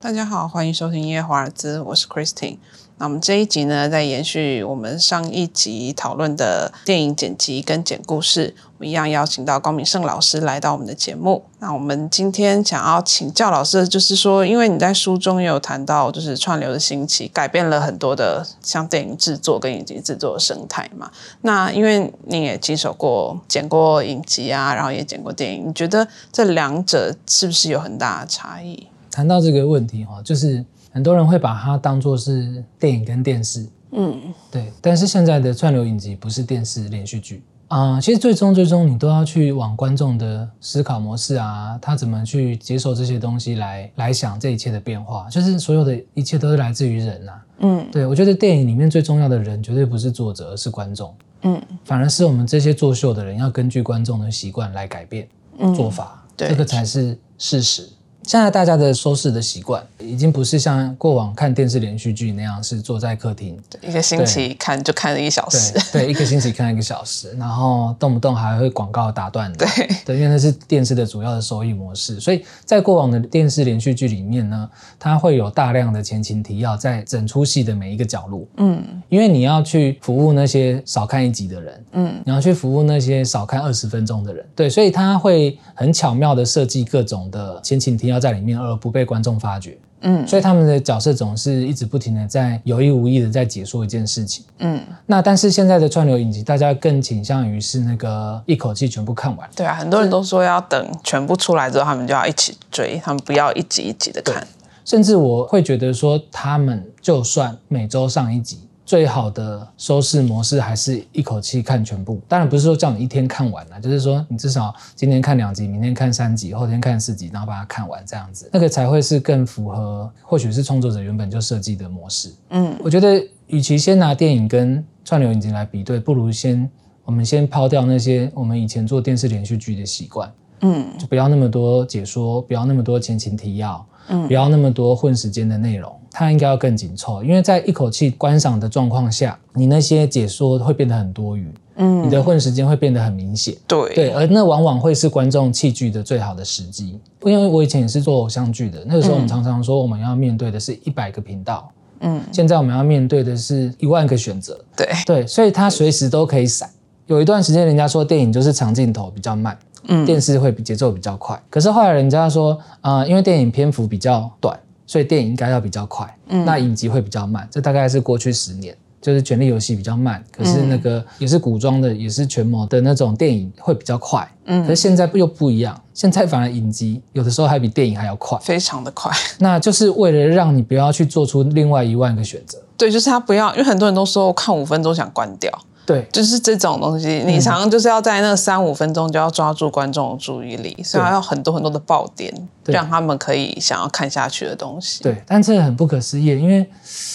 大家好，欢迎收听《夜华尔兹》，我是 Christine。那我们这一集呢，在延续我们上一集讨论的电影剪辑跟剪故事，我们一样邀请到高敏胜老师来到我们的节目。那我们今天想要请教老师，就是说，因为你在书中也有谈到，就是串流的兴起改变了很多的像电影制作跟影集制作的生态嘛。那因为你也经手过剪过影集啊，然后也剪过电影，你觉得这两者是不是有很大的差异？谈到这个问题哈，就是很多人会把它当做是电影跟电视，嗯，对。但是现在的串流影集不是电视连续剧啊、其实最终最终你都要去往观众的思考模式啊，他怎么去接受这些东西来来想这一切的变化，就是所有的一切都是来自于人啊呐、嗯对我觉得电影里面最重要的人绝对不是作者，而是观众，嗯反而是我们这些作秀的人要根据观众的习惯来改变。嗯，做法，对这个才是事实。现在大家的收视的习惯已经不是像过往看电视连续剧那样是坐在客厅，一个星期看就看了一小时，对对，一个星期看一个小时，然后动不动还会广告打断你，对，对，因为那是电视的主要的收益模式，所以在过往的电视连续剧里面呢，它会有大量的前情提要在整出戏的每一个角落，嗯因为你要去服务那些少看一集的人，嗯你要去服务那些少看二十分钟的人，对，所以他会很巧妙的设计各种的前情提要在里面，而不被观众发觉。嗯所以他们的角色总是一直不停的在有意无意的在解说一件事情。嗯，那但是现在的串流影集，大家更倾向于是那个一口气全部看完。对啊，很多人都说要等全部出来之后，他们就要一起追，他们不要一集一集的看，甚至我会觉得说，他们就算每周上一集，最好的收视模式还是一口气看全部。当然不是说叫你一天看完啦，就是说你至少今天看两集，明天看三集，后天看四集，然后把它看完这样子，那个才会是更符合，或许是创作者原本就设计的模式。嗯我觉得，与其先拿电影跟串流影集来比对，不如先我们先抛掉那些我们以前做电视连续剧的习惯。嗯就不要那么多解说，不要那么多前情提要，嗯不要那么多混时间的内容，它应该要更紧凑，因为在一口气观赏的状况下，你那些解说会变得很多余，你嗯，的混时间会变得很明显。对对，而那往往会是观众弃剧的最好的时机，因为我以前也是做偶像剧的，那个时候我嗯们常常说我们要面对的是一百个频道，嗯现在我们要面对的是一万个选择，对，对，所以它随时都可以闪。有一段时间，人家说电影就是长镜头比较慢，嗯电视会比节奏比较快。可是后来人家说，啊、因为电影篇幅比较短，所以电影应该要比较快，嗯那影集会比较慢。这大概是过去十年，就是《权力游戏》比较慢，可是那嗯个也是古装的，也是权谋的那种电影会比较快。嗯可是现在不又不一样，现在反而影集有的时候还比电影还要快，非常的快，那就是为了让你不要去做出另外一万个选择。对，就是他不要，因为很多人都说我看五分钟想关掉。对，就是这种东西，嗯你常常就是要在那三五分钟就要抓住观众的注意力，所以要很多很多的爆点，对让他们可以想要看下去的东西，对，但这个很不可思议，因为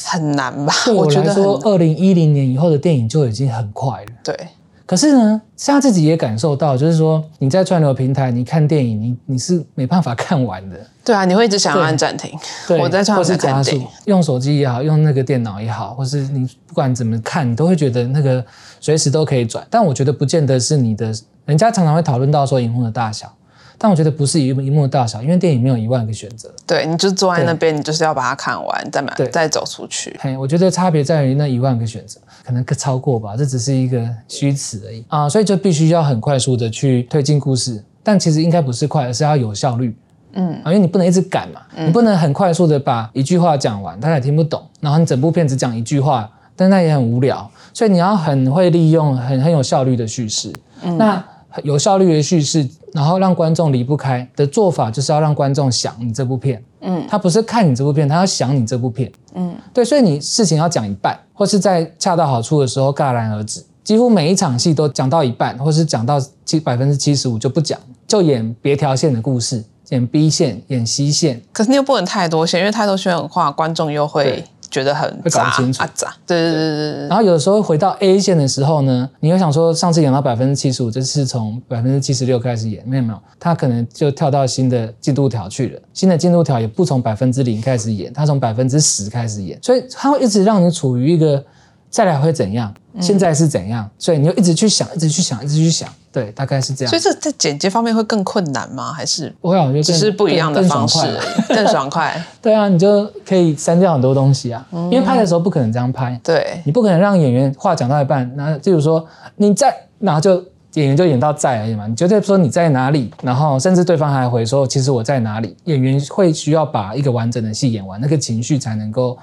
很难吧？对我觉来得很说，难二零一零年以后的电影就已经很快了。对，可是呢，像他自己也感受到，就是说你在串流平台，你看电影，你你是没办法看完的。对啊，你会一直想要对按暂停。对，我在串或流是平台加看电速影，用手机也好，用那个电脑也好，或是你不管怎么看，你都会觉得那个随时都可以转。但我觉得不见得是你的，人家常常会讨论到说荧幕的大小，但我觉得不是荧幕荧幕的大小，因为电影没有一万个选择。对，你就坐在那边，你就是要把它看完，再买，对再走出去。嘿，我觉得差别在于那一万个选择，可能更超过吧，这只是一个虚词而已啊，所以就必须要很快速的去推进故事，但其实应该不是快，而是要有效率。嗯啊，因为你不能一直赶嘛，你不能很快速的把一句话讲完，大家也听不懂，然后你整部片只讲一句话，但那也很无聊，所以你要很会利用很很有效率的叙事。嗯那有效率的叙事，然后让观众离不开的做法，就是要让观众想你这部片，嗯他不是看你这部片，他要想你这部片。嗯对，所以你事情要讲一半，或是在恰到好处的时候戛然而止。几乎每一场戏都讲到一半，或是讲到七百分之七十五就不讲，就演别条线的故事，演 B 线，演 C 线，可是你又不能太多线，因为太多线的话，观众又会对觉得很会搞不杂清楚啊杂。对对对对对，然后有时候回到 A 线的时候呢，你会想说上次演到百分之七十五，这次从百分之七十六开始演，没有没有，他可能就跳到新的进度条去了，新的进度条也不从百分之零开始演，他从百分之十开始演，所以他会一直让你处于一个再来会怎样，嗯现在是怎样，所以你就一直去想，一直去想，一直去想，对，大概是这样所以。这在剪接方面会更困难吗？还是我想就只是不一样的方式而已，更爽 快？对啊，你就可以删掉很多东西啊，嗯因为拍的时候不可能这样拍，对，你不可能让演员话讲到一半，然后就是说你在，然后就演员就演到在而已嘛，你绝对说你在哪里，然后甚至对方还回说其实我在哪里，演员会需要把一个完整的戏演完，那个情绪才能够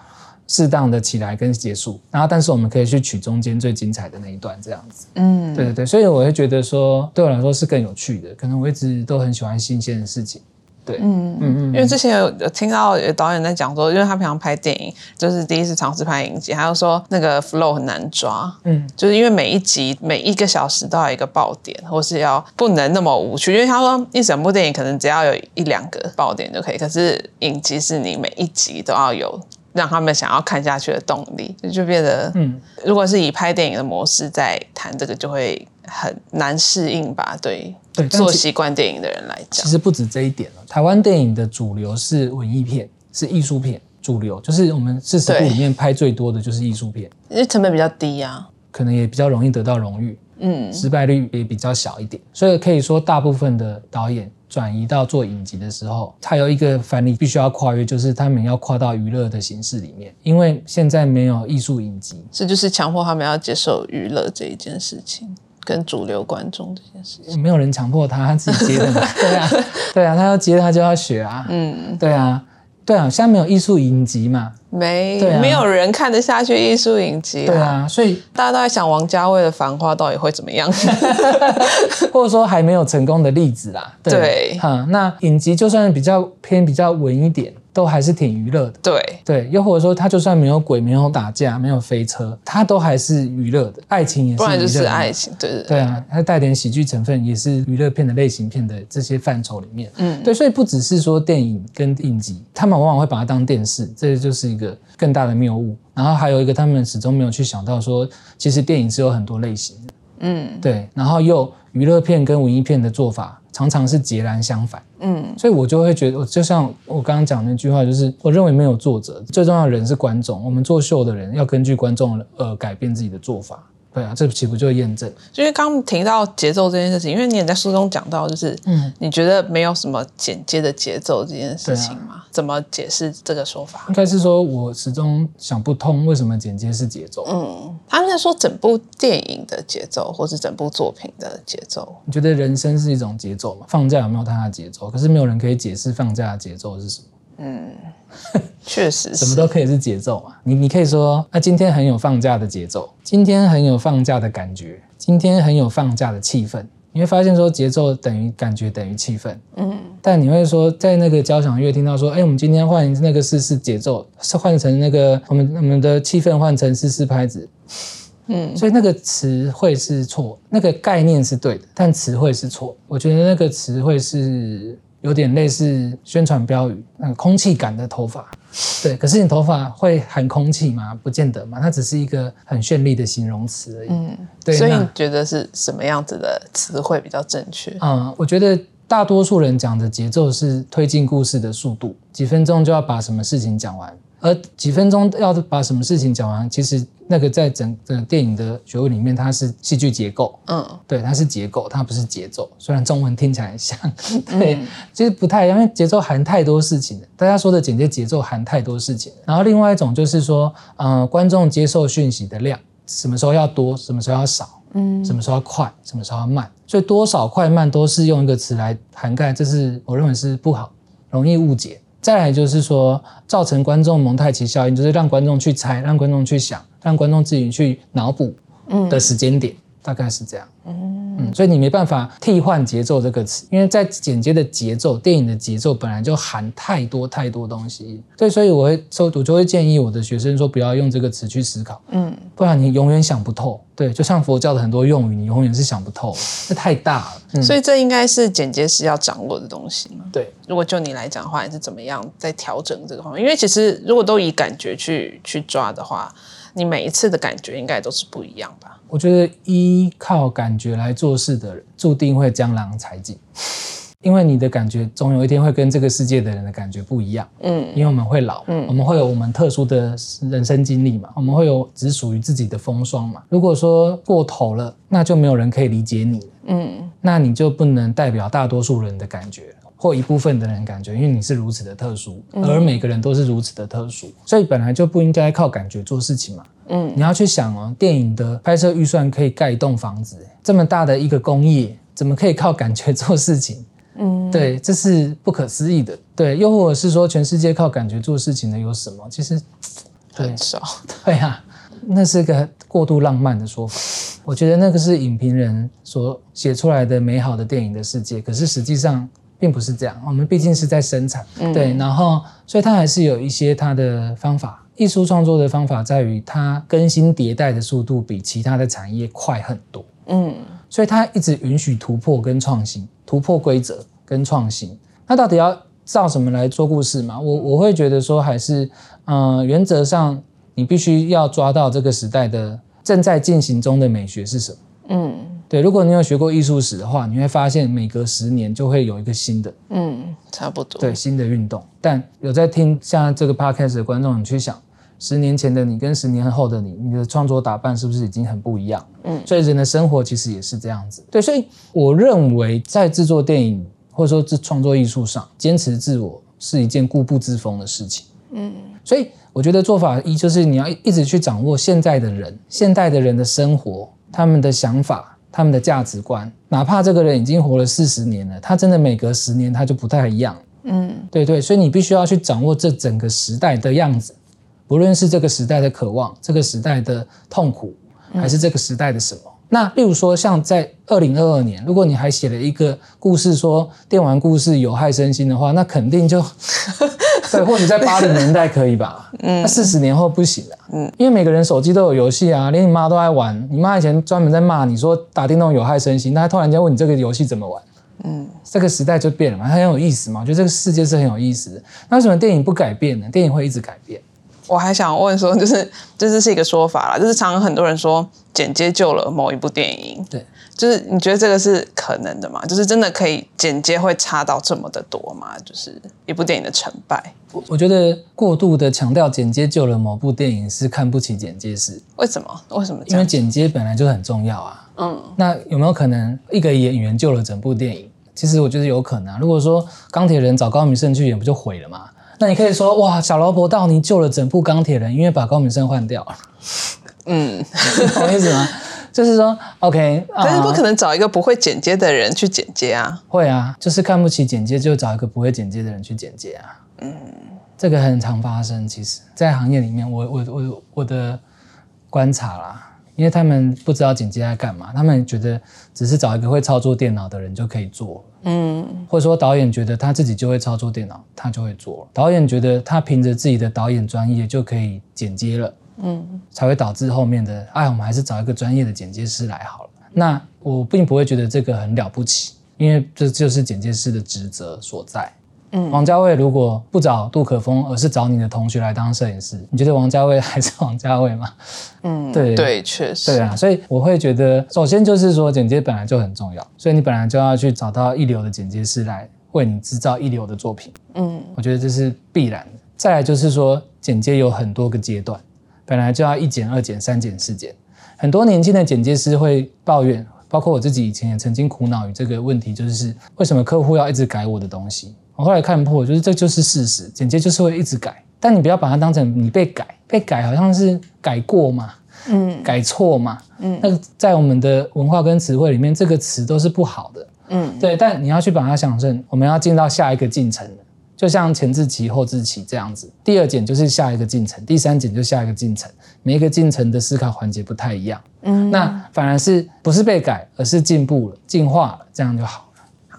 适当的起来跟结束，然后但是我们可以去取中间最精彩的那一段这样子，嗯，对对对，所以我会觉得说对我来说是更有趣的，可能我一直都很喜欢新鲜的事情，对，嗯嗯嗯，因为之前有有听到有导演在讲说，因为他平常拍电影，就是第一次尝试拍影集，他就说那个 flow 很难抓，嗯，就是因为每一集每一个小时都要有一个爆点，或是要不能那么无趣，因为他说一整部电影可能只要有一两个爆点就可以，可是影集是你每一集都要有。让他们想要看下去的动力，就就变得，嗯，如果是以拍电影的模式在谈这个，就会很难适应吧？对，对但做其习惯电影的人来讲其，实不止这一点了，哦台湾电影的主流是文艺片，是艺术片，主流就是我们四十部对里面拍最多的就是艺术片，因为成本比较低啊。可能也比较容易得到荣誉，嗯，失败率也比较小一点，所以可以说大部分的导演转移到做影集的时候，他有一个反例必须要跨越，就是他们要跨到娱乐的形式里面，因为现在没有艺术影集，这就是强迫他们要接受娱乐这一件事情，跟主流观众这件事情。没有人强迫他，他自己接的嘛。对啊，对啊，他要接他就要学啊，嗯，对啊，对啊，现在没有艺术影集嘛，没、对啊没有人看得下去艺术影集、对，啊，所以大家都在想王家卫的《繁花》到底会怎么样。 或者说还没有成功的例子啦。对嗯，那影集就算比较偏比较文一点，都还是挺娱乐的。对，对，又或者说，它就算没有鬼、没有打架、没有飞车，它都还是娱乐的。爱情也是不娱乐然的就是爱。情，对对对对啊，它带点喜剧成分，也是娱乐片的类型片的这些范畴里面。嗯，对，所以不只是说电影跟影集，他们往往会把它当电视，这就是一个更大的谬误。然后还有一个，他们始终没有去想到说，其实电影是有很多类型的。嗯对，然后又娱乐片跟文艺片的做法常常是截然相反，嗯，所以我就会觉得，我就像我刚刚讲那句话，就是我认为没有作者，最重要的人是观众，我们做秀的人要根据观众呃改变自己的做法。对啊，这岂不就验证？就因为刚刚提到节奏这件事情，因为你也在书中讲到，就是嗯，你觉得没有什么剪接的节奏这件事情对吗？怎么解释这个说法应？该是说我始终想不通为什么剪接是节奏。嗯，他们在说整部电影的节奏，或是整部作品的节奏，你觉得人生是一种节奏嘛？放假有没有它的节奏？可是没有人可以解释放假的节奏是什么。确实什么是，都可以是节奏嘛。你你可以说，那、今天很有放假的节奏，今天很有放假的感觉，今天很有放假的气氛。你会发现说节奏等于感觉等于气氛，嗯，但你会说在那个交响乐听到说，哎，我们今天换那个四四节奏，是换成那个我们我们的气氛换成四四拍子，嗯，所以那个词汇是错，那个概念是对的，但词汇是错。我觉得那个词汇是有点类似宣传标语，那个空气感的头发。对，可是你头发会含空气吗？不见得嘛，它只是一个很绚丽的形容词而已。嗯，对，所以那你觉得是什么样子的词汇比较正确？嗯，我觉得大多数人讲的节奏是推进故事的速度，几分钟就要把什么事情讲完，而几分钟要把什么事情讲完，其实那个在整个电影的学问里面，它是戏剧结构。嗯，对，它是结构，它不是节奏。虽然中文听起来很像，对，其实不太一样，因为节奏含太多事情了。大家说的简介节奏含太多事情了。然后另外一种就是说，呃，观众接受讯息的量，什么时候要多，什么时候要少，嗯，什么时候要快，什么时候要慢。所以多少快慢都是用一个词来涵盖，这是我认为是不好，容易误解。再来就是说，造成观众蒙太奇效应，就是让观众去猜，让观众去想，让观众自己去脑补的时间点，大概是这样。嗯，所以你没办法替换节奏这个词，因为在剪接的节奏，电影的节奏本来就含太多太多东西，对，所以我会说，我就会建议我的学生说，不要用这个词去思考，嗯，不然你永远想不透。对，就像佛教的很多用语，你永远是想不透，这太大了。嗯，所以这应该是剪接师要掌握的东西吗？对，如果就你来讲的话，你是怎么样在调整这个方面？因为其实如果都以感觉去去抓的话，你每一次的感觉应该都是不一样吧？我觉得依靠感觉来做事的人，注定会江郎才尽。因为你的感觉总有一天会跟这个世界的人的感觉不一样，嗯因为我们会老，嗯我们会有我们特殊的人生经历嘛，我们会有只属于自己的风霜嘛。如果说过头了，那就没有人可以理解你，嗯那你就不能代表大多数人的感觉。或一部分的人感觉，因为你是如此的特殊，嗯而每个人都是如此的特殊，所以本来就不应该靠感觉做事情嘛。嗯你要去想哦，电影的拍摄预算可以盖一栋房子，这么大的一个工业，怎么可以靠感觉做事情？嗯，对，这是不可思议的。对，又或者是说，全世界靠感觉做事情的有什么？其实，对很少， 对啊，那是个过度浪漫的说法。我觉得那个是影评人所写出来的美好的电影的世界，可是实际上并不是这样。我们毕竟是在生产，嗯对，然后所以它还是有一些它的方法。艺术创作的方法在于它更新迭代的速度比其他的产业快很多。嗯所以它一直允许突破跟创新，突破规则跟创新。那到底要照什么来做故事嘛？我我会觉得说，还是嗯、呃原则上你必须要抓到这个时代的正在进行中的美学是什么。嗯对，如果你有学过艺术史的话，你会发现每隔十年就会有一个新的嗯，差不多，对，新的运动。但有在听像这个 podcast 的观众，你去想，十年前的你跟十年后的你，你的创作打扮是不是已经很不一样？嗯所以人的生活其实也是这样子。对，所以我认为在制作电影或者说是创作艺术上，坚持自我是一件固步自封的事情。嗯所以我觉得做法一就是你要一直去掌握现在的人，现代的人的生活，他们的想法，他们的价值观。哪怕这个人已经活了四十年了，他真的每隔十年他就不太一样。嗯对对，所以你必须要去掌握这整个时代的样子，不论是这个时代的渴望，这个时代的痛苦，还是这个时代的什么。那例如说，像在二零二二年，如果你还写了一个故事说电玩故事有害身心的话，那肯定 就对，或许在八零年代可以吧， 嗯，那四十年后不行了、嗯，因为每个人手机都有游戏啊，连你妈都爱玩，你妈以前专门在骂你说打电动有害身心，那她突然间问你这个游戏怎么玩，这个时代就变了嘛，它很有意思嘛。我觉得这个世界是很有意思的。那为什么电影不改变呢？电影会一直改变。我还想问说，就是这这是一个说法啦，就是常常很多人说剪接救了某一部电影，对，就是你觉得这个是可能的吗？就是真的可以剪接会差到这么的多吗？就是一部电影的成败，我我觉得过度的强调剪接救了某部电影是看不起剪接师，为什么？为什么这因为样？剪接本来就很重要啊。嗯那有没有可能一个演员救了整部电影？其实我觉得有可能、啊。如果说钢铁人找高敏胜去演，不就毁了吗？那你可以说哇，小罗伯道尼救了整部钢铁人，因为把高敏胜换掉了，嗯，你 懂我意思吗？就是说，OK，啊但是不可能找一个不会剪接的人去剪接啊。会啊，就是看不起剪接，就找一个不会剪接的人去剪接啊。嗯，这个很常发生。其实，在行业里面，我我我我的观察啦，因为他们不知道剪接在干嘛，他们觉得只是找一个会操作电脑的人就可以做了，嗯或者说导演觉得他自己就会操作电脑，他就会做了。导演觉得他凭着自己的导演专业就可以剪接了。嗯才会导致后面的，哎，我们还是找一个专业的剪接师来好了。那我并不会觉得这个很了不起，因为这就是剪接师的职责所在。嗯王家卫如果不找杜可风，而是找你的同学来当摄影师，你觉得王家卫还是王家卫吗？嗯，对对，确实，对啊，所以我会觉得，首先就是说剪接本来就很重要，所以你本来就要去找到一流的剪接师来为你制造一流的作品。嗯我觉得这是必然的。再来就是说，剪接有很多个阶段，本来就要一剪、二剪、三剪、四剪。很多年轻的剪接师会抱怨，包括我自己以前也曾经苦恼于这个问题，就是为什么客户要一直改我的东西？我后来看破，就是这就是事实，剪接就是会一直改。但你不要把它当成你被改，被改好像是改过嘛，嗯改错嘛。嗯那个在我们的文化跟词汇里面，这个词都是不好的。嗯对，但你要去把它想成，我们要进到下一个进程了就像前置期、后置期这样子。第二点就是下一个进程，第三点就下一个进程，每一个进程的思考环节不太一样。嗯。那反而是不是被改，而是进步了、进化了，这样就好了。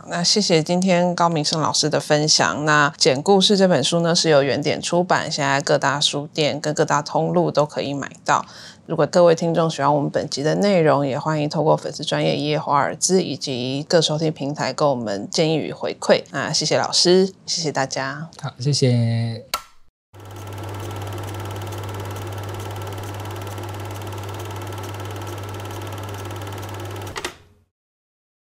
那谢谢今天高明胜老师的分享。那《简故事》这本书呢，是由原点出版，现在各大书店跟各大通路都可以买到。如果各位听众喜欢我们本集的内容，也欢迎透过粉丝专业叶华尔兹以及各收听平台给我们建议与回馈。那谢谢老师，谢谢大家。好，谢谢。